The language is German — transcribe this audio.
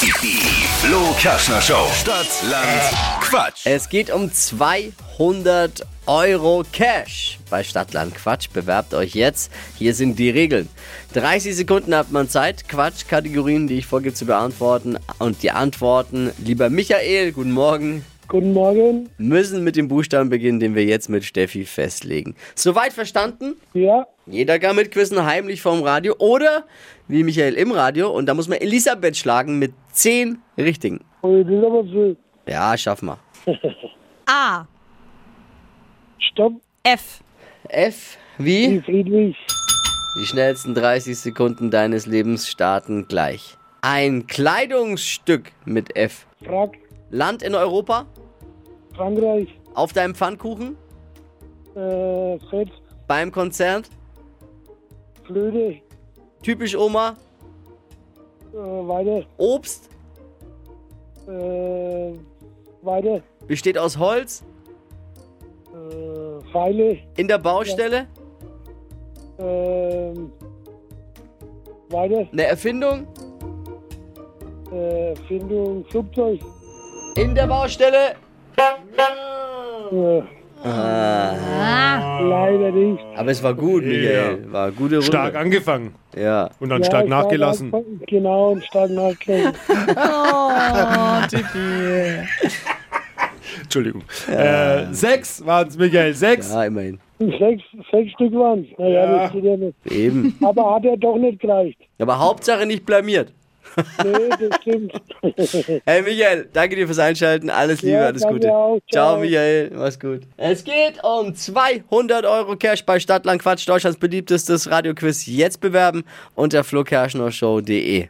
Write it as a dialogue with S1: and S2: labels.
S1: Die Flo Kaschner Show. Stadt, Land, Quatsch.
S2: Es geht um 200 Euro Cash. Bei Stadtland Quatsch bewerbt euch jetzt. Hier sind die Regeln. 30 Sekunden hat man Zeit, Quatschkategorien, die ich vorgebe, zu beantworten. Und die Antworten, lieber Michael, guten Morgen,
S3: Guten Morgen.
S2: müssen mit dem Buchstaben beginnen, den wir jetzt mit Steffi festlegen. Soweit verstanden?
S3: Ja,
S2: Jeder kann mitquissen, heimlich vorm Radio oder wie Michael im Radio. Und da muss man Elisabeth schlagen mit 10 richtigen.
S3: und das ist aber so.
S2: Ja, schaffen wir.
S4: A.
S3: Stopp,
S4: F.
S2: F wie?
S3: die Friedrich.
S2: Die schnellsten 30 Sekunden deines Lebens starten gleich. Ein Kleidungsstück mit F.
S3: Prag,
S2: Land in Europa?
S3: Frankreich,
S2: Auf deinem Pfannkuchen?
S3: äh, Fett,
S2: Beim Konzert?
S3: Flöte, äh,
S2: Typisch Oma?
S3: weiter,
S2: Obst?
S3: äh, weiter,
S2: Besteht aus Holz?
S3: äh, Pfeile,
S2: In der Baustelle?
S3: äh, weiter,
S2: Eine Erfindung?
S3: äh, Findung, Flugzeug,
S2: In der Baustelle?
S3: äh, Ah. leider nicht.
S2: Aber es war gut, Michael. War eine gute Runde.
S5: Stark angefangen
S2: Ja.
S5: und dann
S3: Ja,
S5: stark
S3: ich war
S5: nachgelassen.
S3: nachge- Genau, und stark nachgelassen.
S5: Entschuldigung. Äh, sechs waren es, Michael, sechs.
S2: Ja, immerhin.
S3: sechs, sechs Stück waren es. Naja,
S5: Ja.
S3: das geht ja nicht.
S2: Eben.
S3: Aber hat er doch nicht gereicht.
S2: Aber Hauptsache nicht blamiert.
S3: Nee, das stimmt.
S2: Hey Michael, danke dir fürs Einschalten. Alles Liebe,
S3: Ja,
S2: alles
S3: danke
S2: Gute.
S3: auch.
S2: Ciao.
S3: Ciao.
S2: Michael, mach's gut. Es geht um 200 Euro Cash bei Stadtland Quatsch, Deutschlands beliebtestes Radioquiz. Jetzt bewerben unter flokerschnershow.de.